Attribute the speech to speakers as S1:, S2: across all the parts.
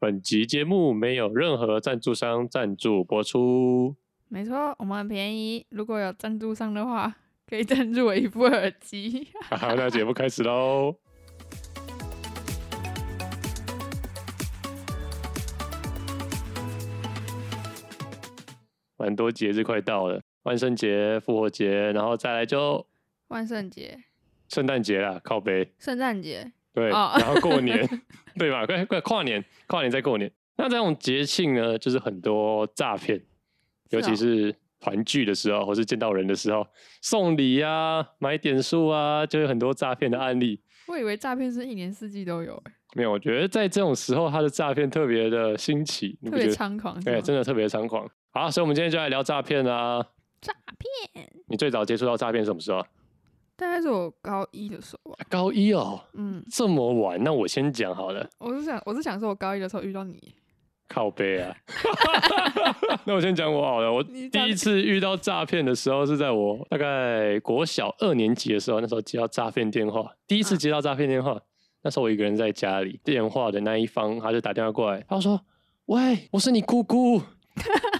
S1: 本集节目没有任何赞助商赞助播出。
S2: 没错，我们很便宜。如果有赞助商的话，可以赞助我一副耳机。
S1: 好，那节目开始喽。蛮多节日快到了，万圣节、复活节，然后再来就
S2: 万圣节、
S1: 圣诞节啦，靠背。
S2: 圣诞节，
S1: 对，
S2: 哦
S1: 然后过 年，对吧？快快跨年，跨年再过年。那这种节庆呢，就是很多诈骗，尤其
S2: 哦
S1: 是团聚的时候，或是见到人的时候，送礼啊、买点数啊，就有很多诈骗的案例。
S2: 我以为诈骗是一年四季都有、欸，
S1: 没有，我觉得在这种时候，它的诈骗特别的兴起，你
S2: 欸特
S1: 不觉
S2: 别
S1: 得？
S2: 猖狂是吗。
S1: 对，啊真的特别猖狂。好，所以我们今天就来聊诈骗啊。
S2: 诈骗，
S1: 你最早接触到诈骗是什么时候啊？
S2: 大概是我高一的时候吧。
S1: 高一哦，
S2: 嗯，
S1: 这么晚？那我先讲好了。
S2: 我是想，我是想说，我高一的时候遇到你，
S1: 靠背啊。 那我先讲我好了，我
S2: 你
S1: 第
S2: 讲
S1: 一次遇到诈骗的时候是在我大概国小二年级的时候，那时候接到诈骗电话，第一次
S2: 嗯
S1: 接到诈骗电话，那时候我一个人在家里，电话的那一方他就打电话过来，他说：“喂，我是你姑姑。”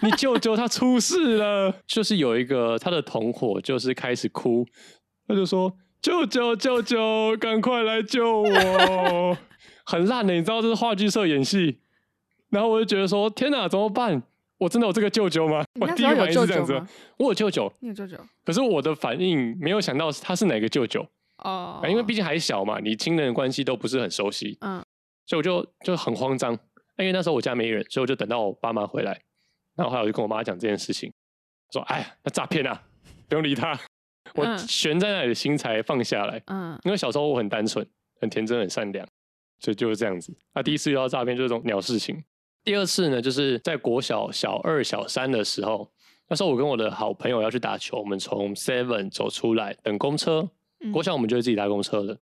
S1: 你舅舅他出事了， 就是有一个他的同伙，就是开始哭，他就说：“舅舅，舅舅，赶快来救 我！”很烂的，你知道这是话剧社演戏。然后我就觉得说：“天哪，怎么办？我真的有这个舅舅吗？”
S2: 你
S1: 我
S2: 那
S1: 第一
S2: 时候
S1: 反
S2: 有
S1: 应是
S2: 舅
S1: 这样
S2: 舅
S1: 子
S2: 吗？，
S1: 我有舅舅，
S2: 你有舅舅
S1: 可是我的反应没有想到他是哪个舅舅，
S2: 哦、
S1: 啊因为毕竟还小嘛，你亲人的关系都不是很熟悉，
S2: 嗯
S1: 所以我就就很慌张。因为那时候我家没人，所以我就等到我爸妈回来，然后后来我就跟我妈讲这件事情，说：“哎呀，那诈骗啊，不用理他。”我
S2: 嗯
S1: 悬在那里的心才放下来，
S2: 嗯，
S1: 因为小时候我很单纯、很天真、很善良，所以就是这样子。那第一次遇到诈骗就是这种鸟事情。第二次呢，就是在国小小二、小三的时候，那时候我跟我的好朋友要去打球，我们从 Seven 走出来等公车，
S2: 嗯
S1: 国小我们就会自己搭公车的。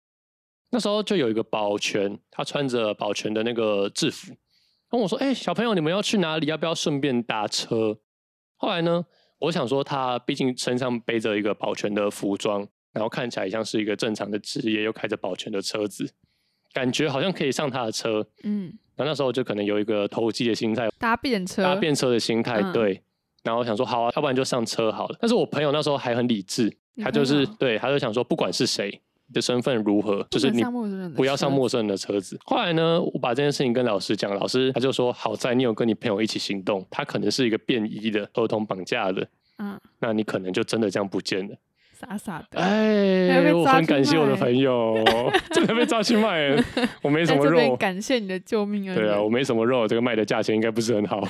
S1: 那时候就有一个保全，他穿着保全的那个制服，跟我说：“哎、小朋友，你们要去哪里？要不要顺便搭车？”后来呢，我想说他毕竟身上背着一个保全的服装，然后看起来像是一个正常的职业，又开着保全的车子，感觉好像可以上他的车。
S2: 嗯，
S1: 然后那时候就可能有一个投机的心态，
S2: 搭便车，
S1: 搭便车的心态，
S2: 嗯
S1: 对。然后想说好啊，要不然就上车好了。但是我朋友那时候还很理智，
S2: 你
S1: 他就
S2: 朋
S1: 是
S2: 友
S1: 对，他就想说不管是谁，你的身份如何，
S2: 不
S1: 就是
S2: 能
S1: 你
S2: 上陌生人的
S1: 不要上
S2: 车
S1: 陌生人的车子。后来呢，我把这件事情跟老师讲，老师他就说好在你有跟你朋友一起行动，他可能是一个便衣的合同绑架的，
S2: 嗯，
S1: 那你可能就真的这样不见了。
S2: 傻傻的，还
S1: 哎，
S2: 被
S1: 我
S2: 抓
S1: 很
S2: 去
S1: 感谢我的
S2: 卖
S1: 朋友， 真的被抓去卖 了，我没什
S2: 在
S1: 么
S2: 这边
S1: 肉。
S2: 感谢你的救命恩人。
S1: 对啊，我没什么肉，这个卖的价钱应该不是很好。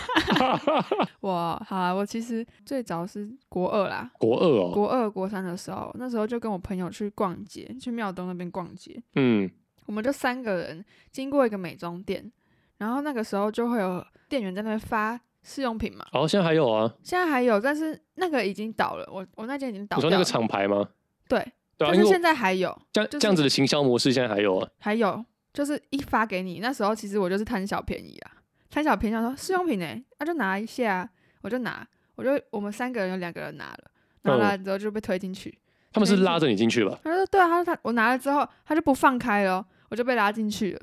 S2: 我好啊啦，我其实最早是国二啦，
S1: 国二哦，
S2: 国二国三的时候，那时候就跟我朋友去逛街，去庙东那边逛街，
S1: 嗯，
S2: 我们就三个人经过一个美妆店，然后那个时候就会有店员在那边发试用品嘛，
S1: 好、现在还有啊，
S2: 现在还有，但是那个已经倒了，我我那间已经倒
S1: 你说
S2: 掉了。
S1: 那个厂牌吗？
S2: 对，
S1: 对啊，
S2: 但
S1: 因
S2: 是
S1: 为
S2: 现
S1: 我
S2: 在还有，
S1: 这样、
S2: 就是
S1: 这样子的行销模式现在还有啊。
S2: 还有就是一发给你，那时候其实我就是贪小便宜啊，贪小便宜想说试用品呢、那、就拿一下啊，我就拿，我就我们三个人有两个人拿了，拿
S1: 嗯
S2: 了之后就被推进去，
S1: 他们是
S2: 没错
S1: 拉着你进去吧？
S2: 他说对啊，他说他我拿了之后，他就不放开了哦，我就被拉进去了。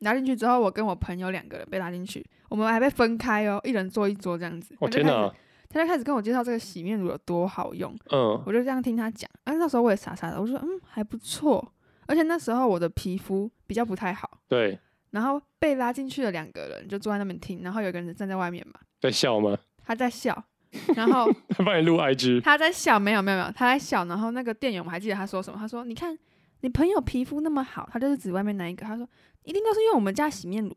S2: 拉进去之后，我跟我朋友两个人被拉进去，我们还被分开哦，一人坐一桌这样子。
S1: 我、
S2: 他就
S1: 哦天哪，
S2: 开始他就开始跟我介绍这个洗面乳有多好用，
S1: 嗯，
S2: 我就这样听他讲。啊，那时候我也傻傻的，我就说嗯还不错，而且那时候我的皮肤比较不太好，
S1: 对，
S2: 然后被拉进去的两个人就坐在那边听，然后有个人站在外面嘛，
S1: 在笑吗？
S2: 他在笑，然后
S1: 他帮你录 IG，
S2: 他在笑，没有没有没有，他在笑。然后那个店员我还记得他说什么，他说：“你看你朋友皮肤那么好，他就是指外面那一个。”他说：“一定都是用我们家洗面乳。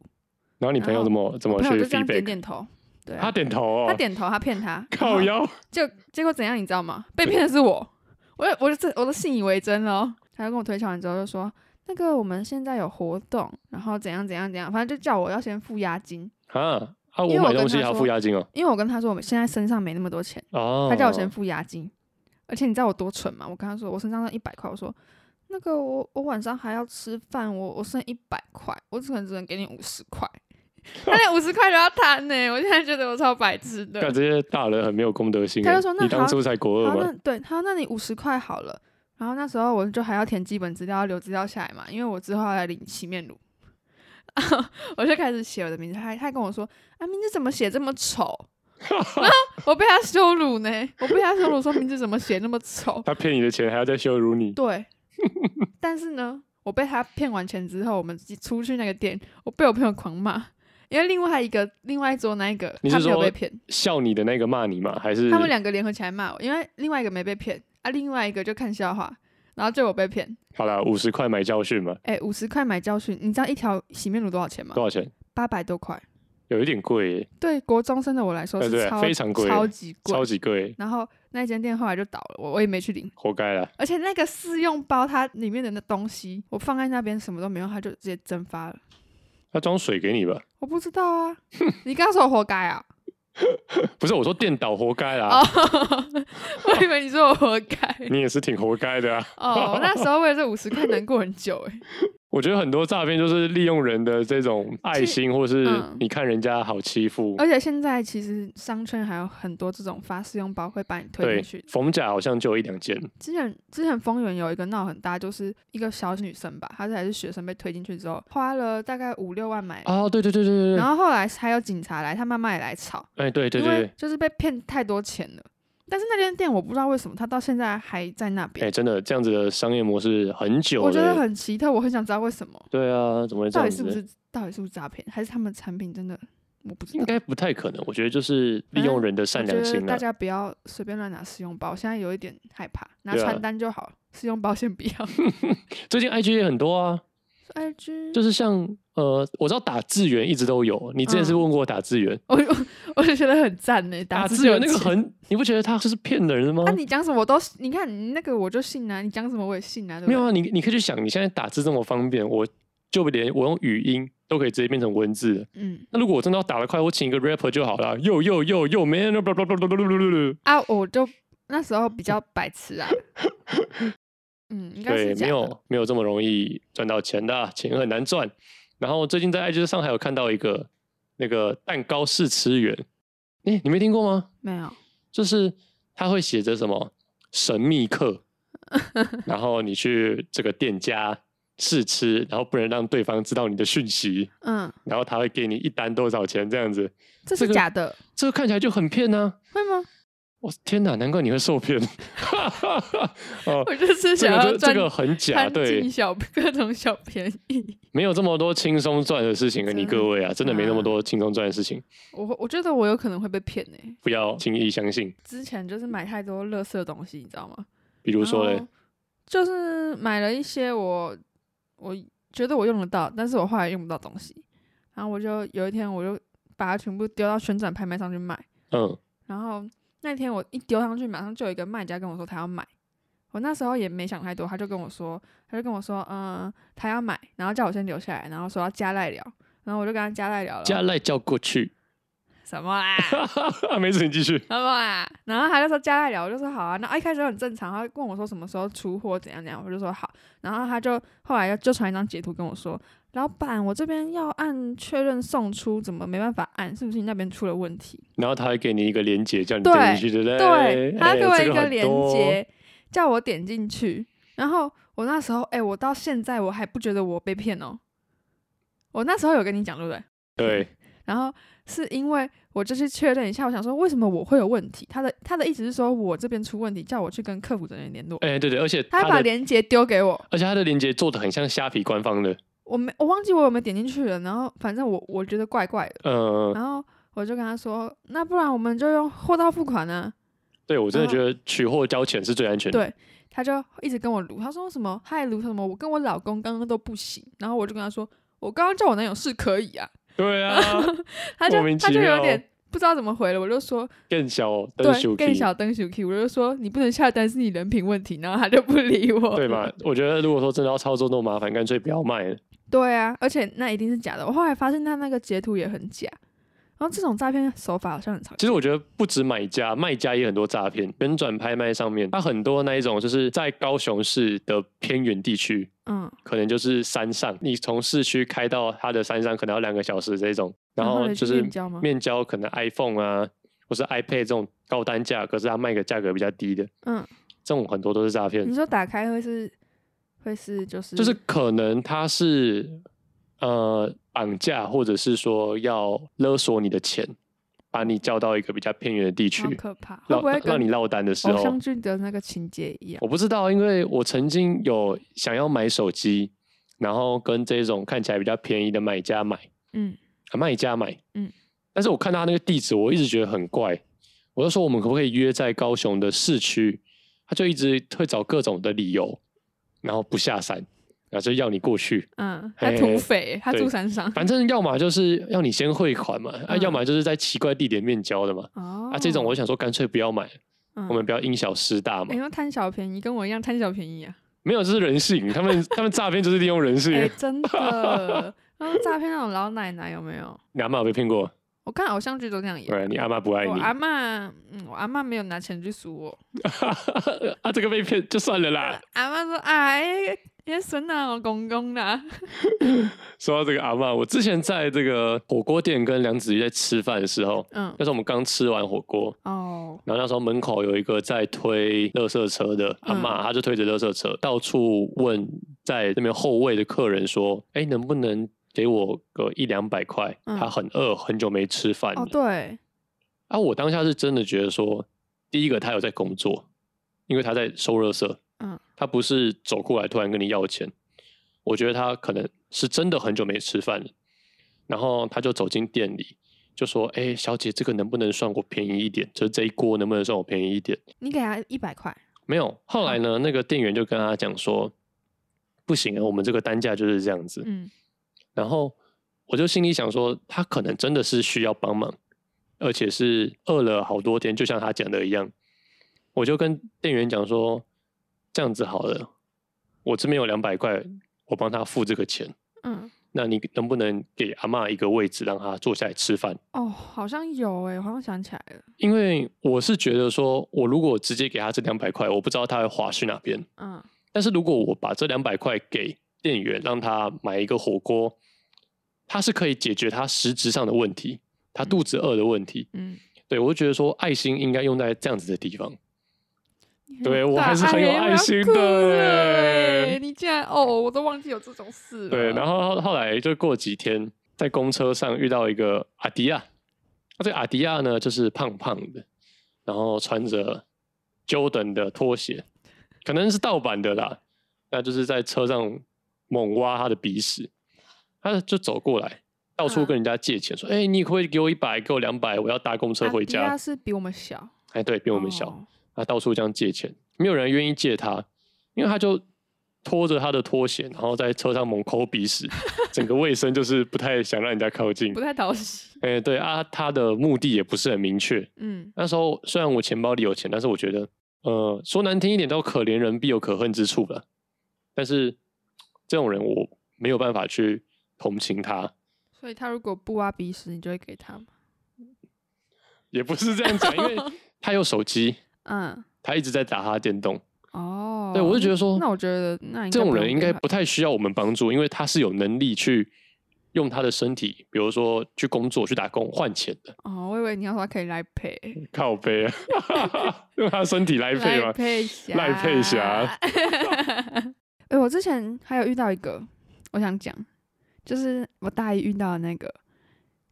S1: 然后你朋友
S2: 然后
S1: 怎么怎”
S2: 哦我
S1: 么
S2: 朋
S1: 去
S2: 友就这样点
S1: feedback？
S2: 点头，对啊、
S1: 他点头
S2: 他
S1: 哦，
S2: 点头，他骗他，然
S1: 靠
S2: 后
S1: 腰，
S2: 就结果怎样，你知道吗？被骗的是我， 我就我就这我都信以为真了哦。他就跟我推销完之后就说：“那个我们现在有活动，然后怎样怎样怎样，反正就叫我要先付押金，
S1: 啊啊！
S2: 因为
S1: 我
S2: 我
S1: 买
S2: 跟
S1: 东西
S2: 他
S1: 还要
S2: 说
S1: 付押金哦。
S2: 因为我跟他说我们现在身上没那么多钱。”
S1: 哦，
S2: 他叫我先付押金，而且你知道我多蠢吗？我跟他说我身上一百块，我说那个我我晚上还要吃饭，我我剩一百块，我只能只能给你五十块，他连五十块都要贪呢、我现在觉得我超白痴的。
S1: 看这些大人很没有公德心欸。
S2: 他就说那
S1: 你当
S2: 好
S1: 初才国
S2: 好，
S1: 二
S2: 那
S1: 吗？
S2: 对，他说那你五十块好了。然后那时候我就还要填基本资料，要留资料下来嘛，因为我之后要来领洗面乳。我就开始写我的名字，他他跟我说啊，名字怎么写这么丑？ 然后我被他羞辱呢，我被他羞辱说名字怎么写那么丑？
S1: 他骗你的钱还要再羞辱你，
S2: 对，但是呢，我被他骗完钱之后，我们自己出去那个店，我被我朋友狂骂，因为另外一个另外一桌那一个
S1: 你是
S2: 他没有
S1: 说
S2: 被骗，
S1: 笑你的那个骂你吗？还是
S2: 他们两个联合起来骂我，因为另外一个没被骗啊，另外一个就看笑话，然后就我被骗。
S1: 好啦，五十块买教训嘛，
S2: 哎，五十块买教训，你知道一条洗面乳多少钱吗
S1: 多？少钱？
S2: 八百多块，
S1: 有一点贵耶，
S2: 对国中生的我来说
S1: 对
S2: 是
S1: 对
S2: 超
S1: 非常贵
S2: 超级贵。
S1: 超级贵，欸
S2: 然后那间店后来就倒了，我我也没去领。
S1: 活该啦。
S2: 而且那个试用包它里面的那东西，我放在那边什么都没用，它就直接蒸发了。
S1: 他装水给你吧？
S2: 我不知道啊，你刚刚说我活该啊？
S1: 不是，我说电倒活该啦，
S2: 哦， 我以为你说我活 该。
S1: 你也是挺活该的啊。
S2: 哦，我那时候为了这五十块难过很久哎、
S1: 我觉得很多诈骗就是利用人的这种爱心，或是
S2: 嗯哦
S1: 你看人家好欺负。
S2: 而且现在其实商圈还有很多这种发试用包会把你推
S1: 对
S2: 进去，。
S1: 逢甲好像就有一两件，
S2: 之前之前丰原有一个闹很大，就是一个小女生吧，她是还是学生被推进去之后，花了大概五六万买，
S1: 哦，对对对对对对
S2: 哎然，后后来还有警察来，她妈妈也来吵，
S1: 哎，对对对
S2: 因为就是被骗太多钱了。但是那间店我不知道为什么它到现在还在那
S1: 对，
S2: 边，
S1: 哎，真的这样子的商业模式很久了，
S2: 我觉得很奇特，我很想知道为什么，
S1: 对啊，怎么会这
S2: 到
S1: 样
S2: 底是
S1: 子
S2: 不
S1: 呢？
S2: 是到底是不是诈骗，还是他们产品真的我不知
S1: 应
S2: 道。
S1: 该不太可能，我觉得就是利
S2: 反
S1: 用
S2: 正
S1: 人的
S2: 我
S1: 善
S2: 觉
S1: 良
S2: 得
S1: 心啊
S2: 大
S1: 啦。
S2: 家不要随便乱拿试用包，我现在有一点害怕，拿
S1: 对啊
S2: 传单就好，试用包先不要。
S1: 最近 IG 也很多啊，
S2: IG
S1: 就是像呃，我知道打字员一直都有，你之前是
S2: 嗯
S1: 问过我打字员，
S2: 我我我就觉得很赞呢，
S1: 打
S2: 字
S1: 字员那个
S2: 有钱。
S1: 很，你不觉得他就是骗人的吗
S2: 啊，？你讲什么我都，你看你那个我就信啊，你讲什么我也信啊，对不
S1: 没有
S2: 对？
S1: 啊，你你可以去想，你现在打字这么方便，我就连我用语音都可以直接变成文字了。
S2: 嗯
S1: 那如果我真的要打得快，我请一个 rapper 就好了。又又又又 man，blah blah blah blah blah blah blah blah
S2: 啊，我就那时候比较白痴 啊，嗯，应该
S1: 对，
S2: 是假
S1: 没
S2: 的
S1: 有没有这么容易赚到钱的啊、钱很难赚。然后最近在 IG 上还有看到一个那个蛋糕试吃员，诶，你没听过吗？
S2: 没有，
S1: 就是他会写着什么神秘 客，然后你去这个店家试吃，然后不能让对方知道你的讯息。
S2: 嗯，
S1: 然后他会给你一单多少钱这样子，这
S2: 这是
S1: 个
S2: 假的，
S1: 这个看起来就很骗啊！
S2: 会吗？
S1: 我天哪，难怪你会受骗。 哦，
S2: 我就是
S1: 这
S2: 想
S1: 个
S2: 要
S1: 就这
S2: 赚
S1: 个很假，
S2: 贪
S1: 对
S2: 尽，小 各种小便宜。
S1: 没有这么多轻松赚的事情啊！
S2: 真
S1: 你
S2: 的
S1: 各位啊，真的没那么
S2: 啊
S1: 多轻松赚的事情，
S2: 我我觉得我有可能会被骗呢、
S1: 不要轻易相信。
S2: 之前就是买太多垃圾的东西，你知道吗？
S1: 比如说
S2: 然
S1: 嘞
S2: 后，就是买了一些我我觉得我用得到，但是我后来用不到东西，然后我就有一天我就把它全部丢到旋转拍卖上去卖，
S1: 嗯，
S2: 然后那天我一丢上去，马上就有一个卖家跟我说他要买，我那时候也没想太多，他就跟我说，他就跟我说，嗯，他要买，然后叫我先留下来，然后说要加赖聊，然后我就跟他加赖聊了，
S1: 加赖叫过去，
S2: 什么啦？
S1: 没事，你继续。
S2: 好不好啊？然后他就说加来聊，我就说好啊。那一开始很正常，他问我说什么时候出货怎样怎样，我就说好。然后他就后来就传一张截图跟我说，老板，我这边要按确认送出，怎么没办法按？是不是你那边出了问题？
S1: 然后他会给你一个连接，叫你
S2: 对
S1: 点进去，对不对？
S2: 对，他
S1: 哎
S2: 给我
S1: 这
S2: 一
S1: 很
S2: 连
S1: 多
S2: 接，叫我点进去。然后我那时候，哎、我到现在我还不觉得我被骗哦。我那时候有跟你讲对不对？
S1: 对，
S2: 然后是因为我就去确认一下，我想说为什么我会有问题？他的他的意思是说我这边出问题，叫我去跟客服人员联络。
S1: 哎，对对，而且
S2: 他把
S1: 他的，
S2: 链接丢给我，
S1: 而且他的连接做的很像虾皮官方的，
S2: 我没我忘记我有没有点进去了。然后反正我我觉得怪怪的，
S1: 嗯，
S2: 然后我就跟他说，那不然我们就用货到付款啊呢、
S1: 对我真的
S2: 然后
S1: 觉得取货交钱是最安全的。
S2: 对，他就一直跟我撸，他说什么嗨撸什么，我跟我老公刚刚都不行。然后我就跟他说，我刚刚叫我男友是可以啊，
S1: 对啊，
S2: 他就
S1: 莫名
S2: 他
S1: 其
S2: 就有
S1: 妙哦
S2: 点。不知道怎么回了，我就说
S1: 更小灯
S2: 对，
S1: 修
S2: 更小灯小 Q，我就说你不能下单是你人品问题，然后他就不理我，
S1: 对 吧？？我觉得如果说真的要操作那么麻烦，干脆不要卖了。
S2: 对啊，而且那一定是假的。我后来发现他那个截图也很假，然后这种诈骗手法好像很常
S1: 其实我觉得不止买家，卖家也很多诈骗，旋转拍卖上面，它很多那一种就是在高雄市的偏远地区，
S2: 嗯，
S1: 可能就是山上，你从市区开到它的山上可能要两个小时这种，然
S2: 然后
S1: 后
S2: 嘞
S1: 就
S2: 去
S1: 是
S2: 面交吗
S1: 面交可能 iPhone 啊，或是 iPad 这种高单价，可是它卖个价格比较低的，
S2: 嗯，
S1: 这种很多都是诈骗
S2: 嗯你。说打开会是会是就是
S1: 就是可能它是呃绑架，或者是说要勒索你的钱，把你叫到一个比较偏远的地区
S2: 好，可怕，会
S1: 让
S2: 哦不会
S1: 让你
S2: 跟哦
S1: 落单的时
S2: 偶
S1: 候哦
S2: 像，剧的那个情节一样？
S1: 我不知道，因为我曾经有想要买手机，然后跟这种看起来比较便宜的买家买，
S2: 嗯，
S1: 啊卖家买，
S2: 嗯，
S1: 但是我看到他那个地址，我一直觉得很怪，我就说我们可不可以约在高雄的市区？他就一直会找各种的理由，然后不下山，然后就要你过去。
S2: 嗯，
S1: 嘿
S2: 他
S1: 嘿
S2: 土匪，他
S1: 对
S2: 住山上。
S1: 反正要么就是要你先汇款嘛，啊，
S2: 嗯
S1: 要么就是在奇怪地点面交的嘛。
S2: 哦，
S1: 啊，这种我想说干脆不要买，
S2: 嗯
S1: 我们不要因小失大嘛
S2: 哎，。因为贪小便宜，跟我一样贪小便宜啊！
S1: 没有，这是人性，他们 他们诈骗就是利用人
S2: 哎，
S1: 性。
S2: 真的， 然后诈骗那种老奶奶有没有？
S1: 你阿妈有被骗过？
S2: 我看偶像剧都这样演。
S1: 对，你阿妈不爱
S2: 我
S1: 你
S2: 哎哦阿妈，嗯，我阿妈没有拿钱去赎我。
S1: 啊，这个被骗就算了啦。
S2: 阿妈说：“哎，你的孙啊，我 公公啦。
S1: 说到这个阿妈，我之前在这个火锅店跟梁子瑜在吃饭的时候”，
S2: 嗯，
S1: 那时候我们刚吃完火锅，
S2: 哦，
S1: 然后那时候门口有一个在推垃圾车的
S2: 嗯
S1: 阿妈，她就推着垃圾车到处问在那边后位的客人说：“哎，能不能给我个一两百块？
S2: 嗯
S1: 她很饿，很久没吃饭了。
S2: 哦，对，
S1: 啊，我当下是真的觉得说，第一个她有在工作，因为她在收垃圾，
S2: 嗯，
S1: 她不是走过来突然跟你要钱，我觉得她可能是真的很久没吃饭了，然后她就走进店里。就说：“哎、小姐，这个能不能算我便宜一点？就是这一锅能不能算我便宜一点？”
S2: 你给他一百块，
S1: 没有。后来
S2: 嗯
S1: 呢，那个店员就跟他讲说：“不行啊，我们这个单价就是这样子。
S2: 嗯，
S1: 然后我就心里想说，他可能真的是需要帮忙，而且是饿了好多天，就像他讲的一样。我就跟店员讲说：“这样子好了，我这边有两百块，我帮他付这个钱。
S2: 嗯，
S1: 那你能不能给阿嬷一个位置，让她坐下来吃饭？
S2: 哦，好像有诶、我好像想起来了，
S1: 因为我是觉得说，我如果直接给她这两百块，我不知道她会花去哪边。
S2: 嗯，
S1: 但是如果我把这两百块给店员，让他买一个火锅，他是可以解决他实质上的问题，他肚子饿的问题。
S2: 嗯，
S1: 对我就觉得说，爱心应该用在这样子的地方。对我
S2: 大
S1: 还是很有
S2: 哎呀我要
S1: 爱心
S2: 哭
S1: 的
S2: 了
S1: 欸
S2: 哎你竟然哦，我都忘记有这种事了。啊
S1: 对，然后后后来就过几天，在公车上遇到一个阿迪亚，那这个阿迪亚呢，就是胖胖的，然后穿着 Jordan 的拖鞋，可能是盗版的啦，那就是在车上猛挖他的鼻屎，他就走过来，到处
S2: 嗯
S1: 跟人家借钱，说：“哎、你可不可以给我一百，给我两百，我要搭公车回
S2: 他
S1: 家。
S2: 是比我们小，”
S1: 哎，对比我们小，
S2: 哦
S1: 他到处这样借钱，没有人愿意借他，因为他就拖着他的拖鞋，然后在车上猛抠鼻屎，整个卫生就是不太想让人家靠近
S2: 不。太讨喜。
S1: 哎、对啊，他的目的也不是很明确。
S2: 嗯，
S1: 那时候虽然我钱包里有钱，但是我觉得，呃，说难听一点，叫可怜人必有可恨之处吧。但是这种人我没有办法去同情他，
S2: 所以他如果不挖鼻屎，你就会给他吗？
S1: 也不是这样讲，因 为他有手机，
S2: 嗯，
S1: 他一直在打他电动。
S2: 哦，
S1: 对我就觉得说
S2: 那我觉得那应该
S1: 这种
S2: 不用
S1: 人应
S2: 给
S1: 该
S2: 他
S1: 不太需要我们帮助，因为他是有能力去用他的身体，比如说去工作、去打工换钱的。
S2: 哦，我以为你要说他可以来陪，
S1: 靠背 啊，用他的身体来配吗？
S2: 佩霞，
S1: 赖佩霞。
S2: 哎，我之前还有遇到一个，我想讲，就是我大一遇到的那个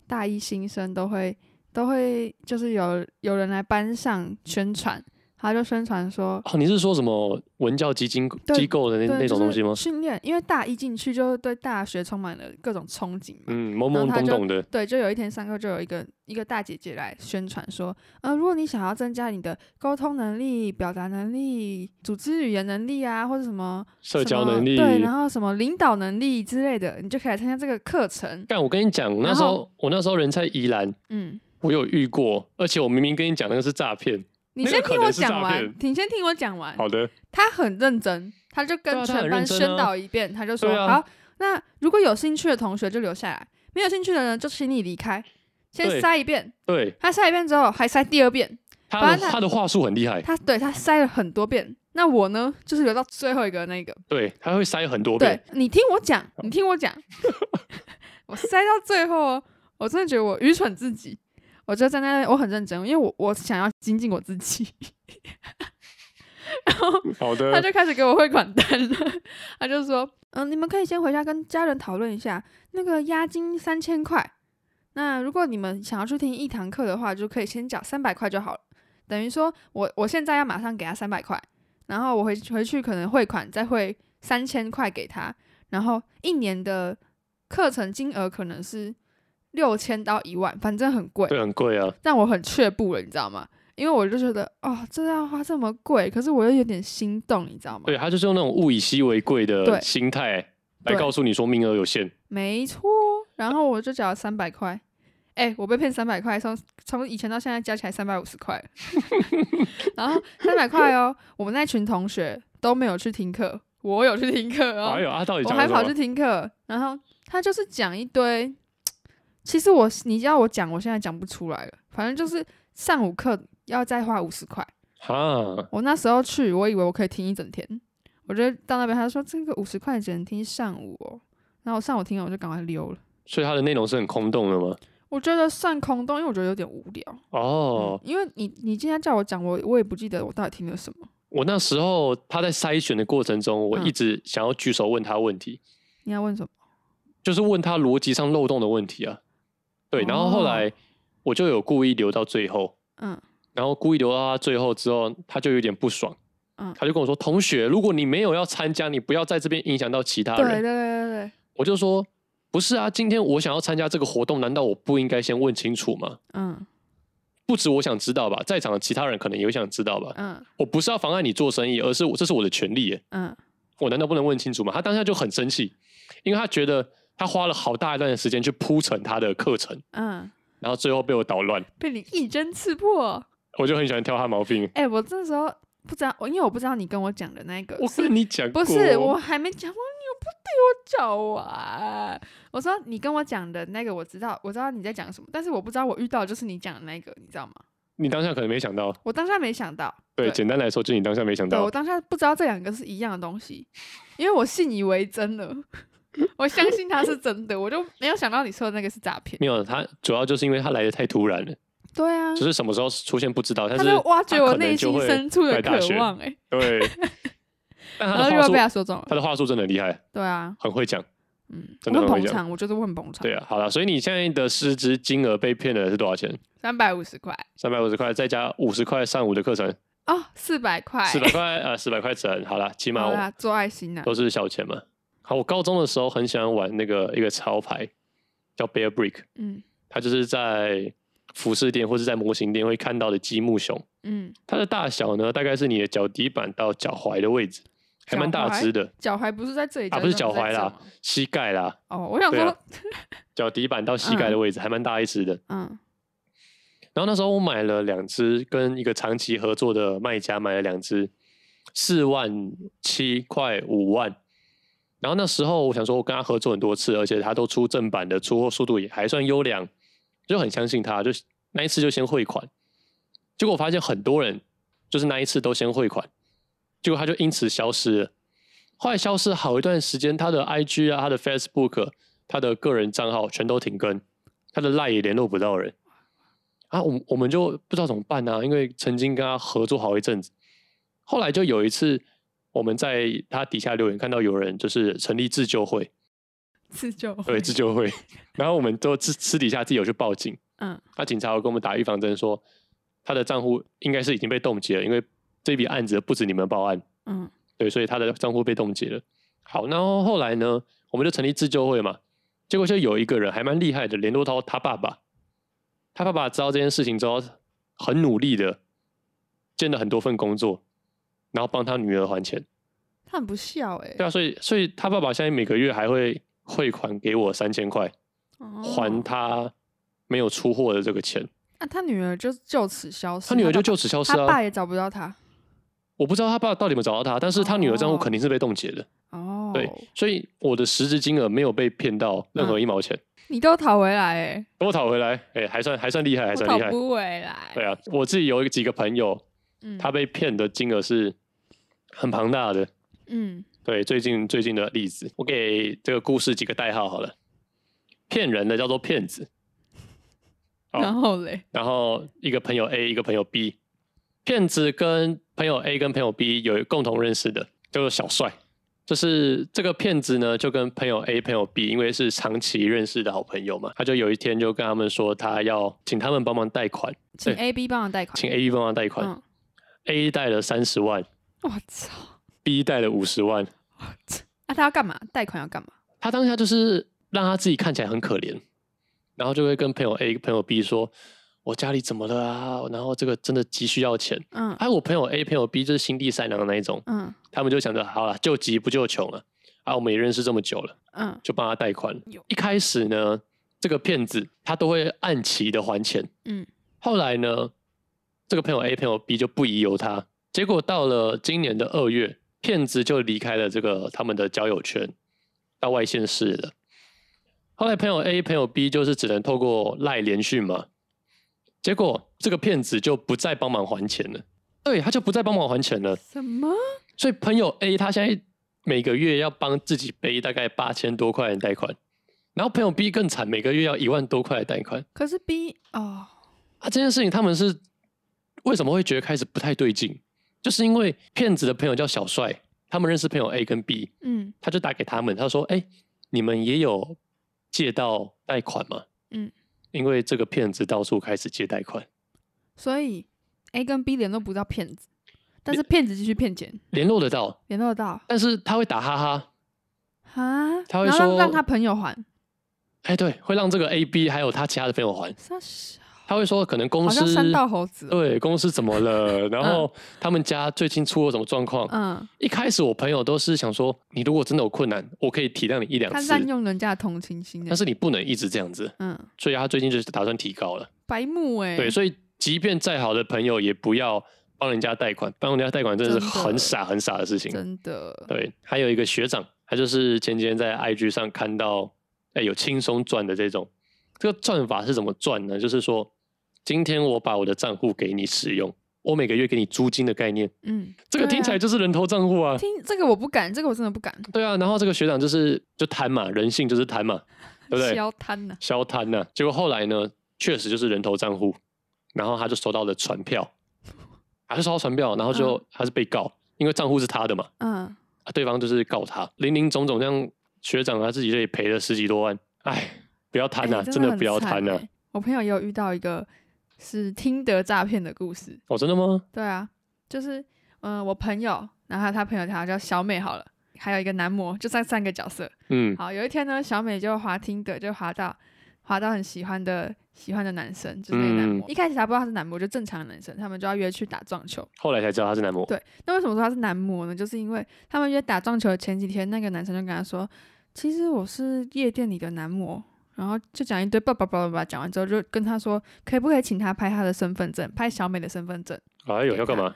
S2: 大一新生都会都会，就是有有人来班上宣传，他就宣传说。
S1: 哦，你是说什么文教基金
S2: 对
S1: 机构的那
S2: 对
S1: 那种
S2: 就
S1: 东
S2: 是
S1: 西吗？
S2: 训练，因为大一进去就对大学充满了各种憧憬嘛。
S1: 嗯，懵懵
S2: 然后他
S1: 懂
S2: 就
S1: 懂的，
S2: 对，就有一天上课就有一个一个大姐姐来宣传说，呃，如果你想要增加你的沟通能力、表达能力、组织语言能力啊，或者什么
S1: 社
S2: 什
S1: 交
S2: 么
S1: 能力。
S2: 对，然后什么领导能力之类的，你就可以来参加这个课程。
S1: 但我跟你讲，那
S2: 然
S1: 时
S2: 后
S1: 候我那时候人在宜兰，
S2: 嗯，
S1: 我有遇过，而且我明明跟你讲那个是诈骗。
S2: 你
S1: 那
S2: 先
S1: 个可
S2: 听
S1: 能
S2: 我
S1: 是
S2: 讲
S1: 诈
S2: 完
S1: 骗，
S2: 你先听我讲完。
S1: 好的，
S2: 他很认真，他就
S1: 对啊他很
S2: 跟全
S1: 认
S2: 班
S1: 真
S2: 宣
S1: 啊
S2: 导一遍，他就
S1: 对
S2: 说：“
S1: 啊
S2: 好，那如果有兴趣的同学就留下来，没有兴趣的人就请你离开。”
S1: 对
S2: 先筛一遍，
S1: 对
S2: 他筛一遍之后还筛第二遍，
S1: 他
S2: 反
S1: 的
S2: 正他
S1: 他的话术很厉害，
S2: 他对他筛了很多遍。那我呢，就是留到最后一个那个。
S1: 对，他会塞很多
S2: 对
S1: 遍。
S2: 你听我讲，你听我讲， 我塞到最后哦，我真的觉得我愚蠢至极。我就站在那边，我很认真，因为我我想要精进我自己。然后
S1: 好
S2: 他
S1: 的，
S2: 就开始给我汇款单了，他就说嗯，你们可以先回家跟家人讨论一下，那个押金三千块。那如果你们想要去听一堂课的话，就可以先缴三百块就好了。等于说我我现在要马上给他三百块，然后我回回去可能汇款再汇三千块给他，然后一年的课程金额可能是六千到一万，反正很贵。
S1: 对，很贵啊。
S2: 但我很却步了，你知道吗？因为我就觉得哦，这要花这么贵，可是我又有点心动，你知道吗？
S1: 对，他就是用那种物以稀为贵
S2: 对
S1: 的心态来
S2: 对
S1: 告诉你说名额有限。
S2: 没错，然后我就缴了三百块。哎、我被骗三百块，从从以前到现在加起来三百五 十块，然后三百块哦，我们那群同学都没有去听课，我有去听课哦，
S1: 哎呦，他到底
S2: 我
S1: 讲
S2: 还
S1: 了什
S2: 跑去
S1: 么？
S2: 听课，然后他就是讲一堆，其实我你要我讲，我现在讲不出来了，反正就是上午课要再花五十块，
S1: 哈，
S2: 我那时候去，我以为我可以听一整天，我就到那边他说这个五十块只能听上午哦，然后我上午听完我就赶快溜了。
S1: 所以他的内容是很空洞的吗？
S2: 我觉得算空洞，因为我觉得有点无聊。
S1: 哦，
S2: 嗯因为你你今天叫我讲，我我也不记得我到底听了什么。
S1: 我那时候他在筛选的过程中，我
S2: 嗯
S1: 一直想要举手问他问题，
S2: 你要问什么？
S1: 就是问他逻辑上漏洞的问题啊。对，然
S2: 哦
S1: 后后来我就有故意留到最后，
S2: 嗯，
S1: 然后故意留到他最后之后，他就有点不爽，
S2: 嗯
S1: 他就跟我说：“同学，如果你没有要参加，你不要在这边影响到其他
S2: 对
S1: 人。
S2: 对对对对，
S1: 我就说：“不是啊，今天我想要参加这个活动，难道我不应该先问清楚吗？
S2: 嗯
S1: 不止我想知道吧，在场的其他人可能也想知道吧。
S2: 嗯
S1: 我不是要妨碍你做生意，而是我这是我的权利耶，
S2: 嗯，
S1: 我难道不能问清楚吗？”他当下就很生气，因为他觉得他花了好大一段的时间去铺陈他的课程，
S2: 嗯，
S1: 然后最后被我捣乱，
S2: 被你一针刺破。
S1: 我就很喜欢挑他毛病。
S2: 哎、我这时候不知道，我因为我不知道你跟我讲的那个
S1: 我
S2: 是
S1: 跟你讲过，哦
S2: 不是，我还没讲完，你又不对我讲完。我说你跟我讲的那个，我知道，我知道你在讲什么，但是我不知道我遇到的就是你讲的那个，你知道吗？
S1: 你当下可能没想到。
S2: 我当下没想到。
S1: 对，
S2: 对
S1: 简单来说，就是你当下没想
S2: 对我
S1: 到，
S2: 当下不知道这两个是一样的东西，因为我信以为真了， 我相信它是真的，我就没有想到你说的那个是诈骗。
S1: 没有他，主要就是因为他来的太突然了，
S2: 对啊，
S1: 就是什么时候出现不知道，但
S2: 他
S1: 是
S2: 就挖掘
S1: 他
S2: 我
S1: 可能
S2: 内
S1: 就
S2: 心
S1: 会
S2: 深处的
S1: 来
S2: 渴
S1: 大学
S2: 望、欸，哎，
S1: 对， 但
S2: 然
S1: 他
S2: 后
S1: 的
S2: 又
S1: 话
S2: 被
S1: 术，
S2: 他说中了。
S1: 他的话术真的很厉害，
S2: 对啊，
S1: 很会讲。
S2: 嗯，
S1: 真的
S2: 问
S1: 很会
S2: 捧
S1: 讲
S2: 场，我就是问捧场
S1: 对，啊，好了，所以你现在的失职金额被骗的是多少钱？
S2: 三百五十块
S1: 三百五十块，再加五十块上午的课程，
S2: 哦，四百块，
S1: 四百块，呃，四百块整。好了，起
S2: 好
S1: 码
S2: 啦，做爱心呐、
S1: 都是小钱嘛。好，我高中的时候很喜欢玩那个一个潮牌叫 Bear Brick，
S2: 嗯
S1: 它就是在服饰店或是在模型店会看到的积木熊。
S2: 嗯，
S1: 它的大小呢，大概是你的脚底板到脚踝的位置，还蛮
S2: 脚
S1: 大
S2: 踝
S1: 只的，
S2: 脚踝不是在这里，
S1: 啊不是脚
S2: 在
S1: 踝
S2: 这
S1: 啦
S2: 吗，
S1: 膝盖啦，
S2: 哦，我想
S1: 对
S2: 说，
S1: 啊脚底板到膝盖的位置，还蛮大一只的。
S2: 嗯
S1: 然后那时候我买了两只，跟一个长期合作的卖家买了两只，四万七块五万。然后那时候我想说，我跟他合作很多次，而且他都出正版的，出货速度也还算优良，就很相信他，就那一次就先汇款。结果我发现很多人就是那一次都先汇款，结果他就因此消失了。后来消失好一段时间，他的 IG 啊、他的 Facebook、他的个人账号全都停更，他的 Line 也联络不到人。啊，我们我们就不知道怎么办啊，因为曾经跟他合作好一阵子，后来就有一次我们在他底下留言看到有人就是成立自救会，
S2: 自救会，
S1: 对自救会，然后我们都私私底下自己有去报警，
S2: 嗯
S1: 那警察有跟我们打预防针说他的账户应该是已经被冻结了，因为这笔案子不止你们报案，
S2: 嗯
S1: 对，所以他的账户被冻结了。好，然后后来呢，我们就成立自救会嘛，结果就有一个人还蛮厉害的，联络到他爸爸。他爸爸知道这件事情之后，很努力的兼了很多份工作，然后帮他女儿还钱。
S2: 他很不孝哎、
S1: 对啊，所以所以他爸爸现在每个月还会汇款给我三千块，
S2: 哦
S1: 还他没有出货的这个钱。
S2: 啊，他女儿就就此消失，
S1: 他女儿就
S2: 爸
S1: 就此消失
S2: 他爸
S1: 啊！
S2: 也找不到他。
S1: 我不知道他爸到底有没有找到他，但是他女儿账户肯定是被冻结的。
S2: 哦，
S1: 对，所以我的实质金额没有被骗到任
S2: 嗯
S1: 何一毛钱。
S2: 你都讨回来哎、
S1: 等我讨回来，哎、还算还算厉害，还
S2: 我
S1: 算
S2: 讨
S1: 厉害。
S2: 不回来。
S1: 对啊，我自己有几个朋友，
S2: 嗯，
S1: 他被骗的金额是很庞大的。
S2: 嗯
S1: 对，最近最近的例子，我给这个故事几个代号好了。骗人的叫做骗子，哦
S2: 然后嘞，
S1: 然后一个朋友 A，一个朋友 B。骗子跟朋友 A 跟朋友 B 有共同认识的，叫做小帅，就是这个骗子呢，就跟朋友 A、朋友 B，因为是长期认识的好朋友嘛，他就有一天就跟他们说，他要请他们帮忙贷款，
S2: 请
S1: 对
S2: A、B 帮我贷款，
S1: 请 A、B 帮忙贷款。
S2: 嗯，
S1: A 贷了三十万
S2: 我操，
S1: ，B 贷了五十万，
S2: 啊，他要干嘛？贷款要干嘛？
S1: 他当下就是让他自己看起来很可怜，然后就会跟朋友 A、朋友 B 说：“我家里怎么了啊？然后这个真的急需要钱。”
S2: 嗯
S1: 哎，我朋友 A、朋友 B 就是心地善良的那一种，
S2: 嗯
S1: 他们就想着好了，救急不救穷了。啊，我们也认识这么久了，
S2: 嗯
S1: 就帮他贷款
S2: 有。
S1: 一开始呢，这个骗子他都会按期的还钱。
S2: 嗯，
S1: 后来呢，这个朋友 A、朋友 B 就不疑有他。结果到了今年的二月，骗子就离开了这个他们的交友圈，到外县市了。后来朋友 A、朋友 B 就是只能透过赖联讯嘛。结果这个骗子就不再帮忙还钱了，对，他就不再帮忙还钱了。
S2: 什么？
S1: 所以朋友 A 他现在每个月要帮自己背大概八千多块的贷款，然后朋友 B 更惨，每个月要一万多块的贷款。
S2: 可是 B 哦，
S1: 啊，这件事情他们是为什么会觉得开始不太对劲？就是因为骗子的朋友叫小帅，他们认识朋友 A 跟 B，
S2: 嗯
S1: 他就打给他们，他说：“哎、你们也有借到贷款吗？”
S2: 嗯，
S1: 因为这个骗子到处开始借贷款，
S2: 所以 A 跟 B 联络不到骗子，但是骗子继续骗钱，
S1: 联络得到，
S2: 联络得到
S1: 但是他会打哈哈，
S2: 啊，
S1: 他会
S2: 然后让
S1: 说
S2: 让他朋友还，
S1: 哎、对，会让这个 A、B 还有他其他的朋友还，
S2: 傻小
S1: 他会说可能公
S2: 好
S1: 司
S2: 像三道猴子哦，
S1: 对公司怎么了，然后他们家最近出了什么状况，
S2: 嗯，
S1: 一开始我朋友都是想说，你如果真的有困难，我可以体谅你一两
S2: 他
S1: 次，
S2: 滥用人家的同情心欸，
S1: 但是你不能一直这样子。
S2: 嗯，
S1: 所以他最近就是打算提高了。
S2: 白目哎，
S1: 对，所以即便再好的朋友，也不要帮人家贷款，帮人家贷款真的是
S2: 真的
S1: 很傻很傻的事情。
S2: 真的，
S1: 对，还有一个学长，他就是前几天在 IG 上看到，哎，有轻松赚的这种，这个赚法是怎么赚呢？就是说，今天我把我的账户给你使用，我每个月给你租金的概念，
S2: 嗯，
S1: 这个
S2: 对
S1: 听起来
S2: 啊
S1: 就是人头账户啊。
S2: 听这个我不敢，这个我真的不敢，
S1: 对啊，然后这个学长就是就贪嘛，人性就是贪嘛，对不对？
S2: 消贪呐，
S1: 消贪呐、结果后来呢，确实就是人头账户，然后他就收到了传票，他就收到传票，然后就、他是被告，因为账户是他的嘛，
S2: 嗯，
S1: 啊，对方就是告他，林林总总，像学长他自己这里赔了十几多万，哎，不要贪呐、
S2: 哎
S1: 真
S2: 的
S1: 的
S2: 很
S1: 不要
S2: 惨
S1: 贪呐、
S2: 欸我朋友也有遇到一个是听得诈骗的故事，
S1: 哦，真的吗？
S2: 对啊，就是嗯、呃我朋友，然后他朋友他叫小美好了，还有一个男模，就这三个角色。
S1: 嗯
S2: 好，有一天呢，小美就滑听的，就滑到滑到很喜欢的喜欢的男生，就是那个男
S1: 嗯
S2: 模。一开始她不知道他是男模，就正常的男生，他们就要约去打撞球。
S1: 后来才知道他是男模，
S2: 对，那为什么说他是男模呢？就是因为他们约打撞球的前几天，那个男生就跟他说：“其实我是夜店里的男模。”然后就讲一堆叭叭叭叭叭，讲完之后就跟他说：“可以不可以请他拍他的身份证，拍小美的身份证？”
S1: 哎呦，要干嘛？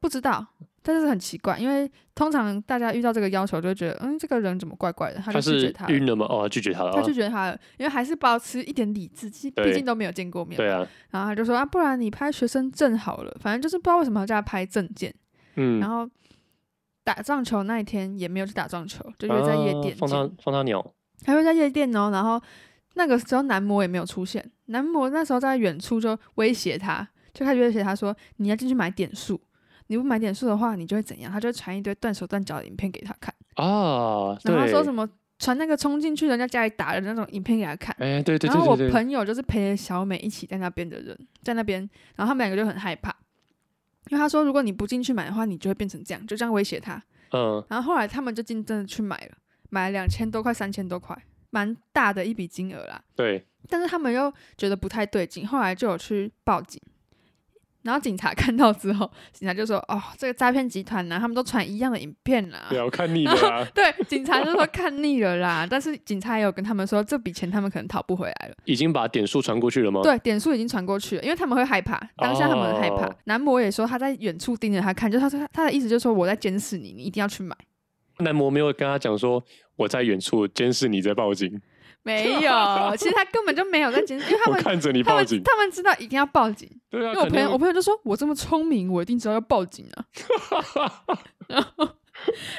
S2: 不知道，但是很奇怪，因为通常大家遇到这个要求就会觉得，嗯，这个人怎么怪怪的，他就拒绝
S1: 是
S2: 他
S1: 晕
S2: 了。
S1: 了吗？哦，拒绝他了
S2: 他
S1: 啊
S2: 拒，绝他了，因为还是保持一点理智，毕竟
S1: 对
S2: 毕竟都没有见过面。
S1: 对啊，
S2: 然后他就说啊，不然你拍学生证好了，反正就是不知道为什么要叫他拍证件。然
S1: 嗯，
S2: 后打撞球那一天也没有去打撞球，就约在夜
S1: 啊
S2: 店
S1: 放
S2: 见，
S1: 他放他鸟，
S2: 还会在夜店哦。然后那个时候男模也没有出现，男模那时候在远处就威胁他，就开始威胁他说：“你要进去买点数，你不买点数的话，你就会怎样？”他就会传一堆断手断脚的影片给他看，
S1: 啊，
S2: 然后
S1: 对
S2: 说什么传那个冲进去人家家里打人的那种影片给他看。
S1: 哎、对对
S2: 然后
S1: 对
S2: 我
S1: 对对，
S2: 朋友就是陪着小美一起在那边的人，在那边，然后他们两个就很害怕，因为他说如果你不进去买的话，你就会变成这样，就这样威胁他。
S1: 嗯，
S2: 然后后来他们就竞争的去买了，买了两千多块、三千多块，蛮大的一笔金额啦。
S1: 对，
S2: 但是他们又觉得不太对劲，后来就有去报警。然后警察 看到之后，警察就说：“哦，这个诈骗集团啊呢、他们都传一样的影片啦、
S1: 对啊，我看腻了
S2: 然后
S1: 啊，
S2: 对，警察就说看腻了啦。但是警察也有跟他们说，这笔钱他们可能讨不回来了。
S1: 已经把点数传过去了吗？，
S2: 对，点数已经传过去了，因为他们会害怕，当下他们很害怕。
S1: 哦
S2: 男模也说他在远处盯着他看，就他说他他的意思就是说我在监视你，你一定要去买。
S1: 男模没有跟他讲说我在远处监视你在报警，
S2: 没有，其实他根本就没有在监视，因为他
S1: 我
S2: 们
S1: 看着你
S2: 他
S1: 报
S2: 们
S1: 警，
S2: 他们知道一定要报警，
S1: 对啊，
S2: 因为我
S1: 肯
S2: 朋
S1: 定
S2: 友我朋友就说，我这么聪明，我一定知道要报警啊。 然后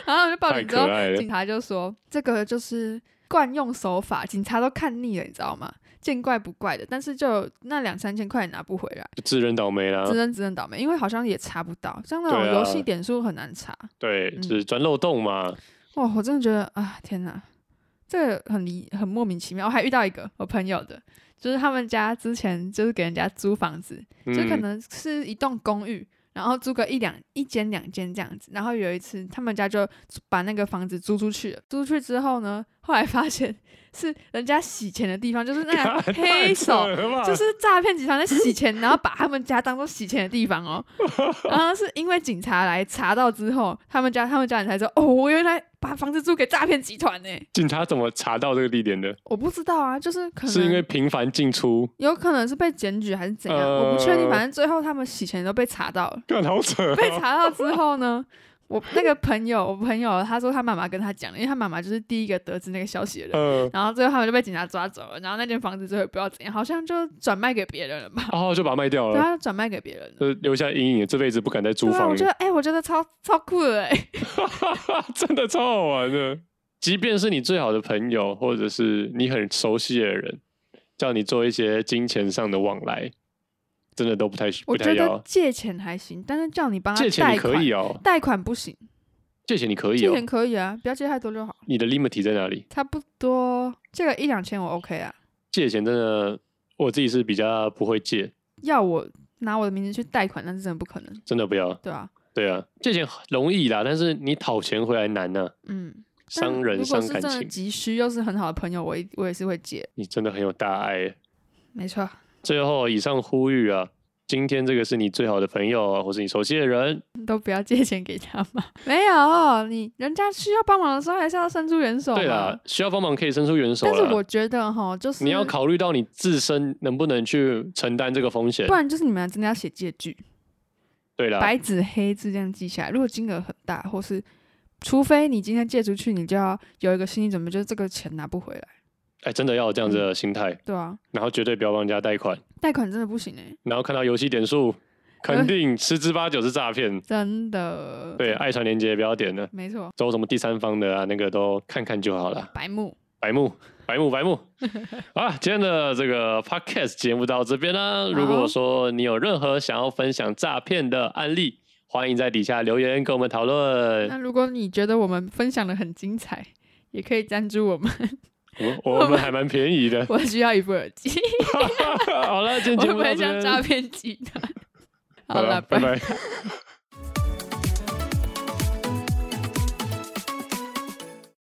S2: 然后就报
S1: 太
S2: 警之
S1: 可
S2: 后，
S1: 爱了
S2: 警，察就说这个就是惯用手法，警察都看腻了，你知道吗？见怪不怪的，但是就那两三千块也拿不回来，
S1: 就自认倒霉啦
S2: 只，能只能倒霉，因为好像也查不到，像那种
S1: 对啊
S2: 游戏点数很难查。
S1: 对，
S2: 嗯
S1: 只是钻漏洞嘛，
S2: 哇，我真的觉得啊，天哪，这个很离很莫名其妙。我还遇到一个我朋友的，就是他们家之前就是给人家租房子，
S1: 嗯
S2: 就可能是一栋公寓，然后租个一两一间两间这样子。然后有一次他们家就把那个房子租出去了，租出去之后呢，后来发现是人家洗钱的地方，就是那
S1: 干
S2: 个
S1: 太
S2: 黑
S1: 扯
S2: 手。
S1: 了吧
S2: 就是诈骗集团在洗钱，然后把他们家当做洗钱的地 方哦。然后是因为警察来查到之后，他们家他们家人才说，哦，我原来把房子租给诈骗集团呢。
S1: 警察怎么查到这个地点的？
S2: 我不知道啊，就是可能
S1: 是因为频繁进出，
S2: 有可能是被检举还是怎样，我不确定。
S1: 呃
S2: 反正最后他们洗钱都被查到了。
S1: 干好扯哦、
S2: 被查到之后呢，我那个朋友，我朋友他说他妈妈跟他讲了，因为他妈妈就是第一个得知那个消息的人。
S1: 嗯，
S2: 然后最后他们就被警察抓走了，然后那间房子最后也不知道怎样，好像就转卖给别人了吧？
S1: 然后就把它卖掉
S2: 对，
S1: 了，
S2: 他就转卖给别人了。
S1: 就留下阴影，这辈子不敢再租
S2: 对啊，
S1: 房
S2: 我
S1: 了
S2: 觉。得哎、我觉得超超酷的哎、
S1: 真的超好玩的。即便是你最好的朋友，或者是你很熟悉的人，叫你做一些金钱上的往来，真的都不太
S2: 我
S1: 不
S2: 觉
S1: 太
S2: 得
S1: 要。
S2: 借钱还行，但是叫你帮他
S1: 借钱
S2: 贷
S1: 你
S2: 款，
S1: 可以哦，
S2: 贷款不行，
S1: 借钱你可以
S2: 借
S1: 哦
S2: 钱，可以啊，不要借太多就好，
S1: 你的 limit 在哪里？
S2: 差不多借个一两千我 OK 啊。
S1: 借钱真的，我自己是比较不会借，
S2: 要我拿我的名字去贷款，那是真的不可能，
S1: 真的不要。
S2: 对啊，
S1: 对啊，借钱容易啦，但是你讨钱回来难呐、
S2: 嗯，但
S1: 伤人
S2: 如果
S1: 伤
S2: 是
S1: 感
S2: 真的
S1: 情。
S2: 急需，又是很好的朋友，我一我也是会借，
S1: 你真的很有大爱耶。
S2: 没错。
S1: 最后，以上呼吁啊，今天这个是你最好的朋友啊，或是你熟悉的人，
S2: 都不要借钱给他嘛， 没有，哦你人家需要帮忙的时候还是要伸出援手
S1: 对啦
S2: 嘛。，
S1: 需要帮忙可以伸出援手
S2: 但
S1: 啦。
S2: 是我觉得哈，就是
S1: 你要考虑到你自身能不能去承担这个风险
S2: 不。然就是你们真的要写借据，
S1: 对啦，
S2: 白纸黑字这样记下来。如果金额很大，或是除非你今天借出去，你就要有一个心理准备，就是这个钱拿不回来，
S1: 哎，真的要有这样子的心态，
S2: 对啊。
S1: 然后绝对不要帮人家贷款，
S2: 贷款真的不行哎、
S1: 然后看到游戏点数，肯定十之八九是诈骗。
S2: 真的。
S1: 对，，爱传连接不要点了，
S2: 没错，
S1: 走什么第三方的啊，那个都看看就好了。
S2: 白目。
S1: 白目，白目，白 目。好啦，今天的这个 podcast 节目到这边啦。如果说你有任何想要分享诈骗的案例，欢迎在底下留言跟我们讨论。
S2: 那如果你觉得我们分享的很精彩，也可以赞助我 们，。
S1: 我我们还蛮便宜的
S2: 我需要一副耳 机，
S1: 好了，今天
S2: 我
S1: 节目
S2: 不
S1: 到
S2: 会
S1: 这边
S2: 像 诈骗集团。好
S1: 好
S2: 了，
S1: 了，
S2: 拜
S1: 拜拜。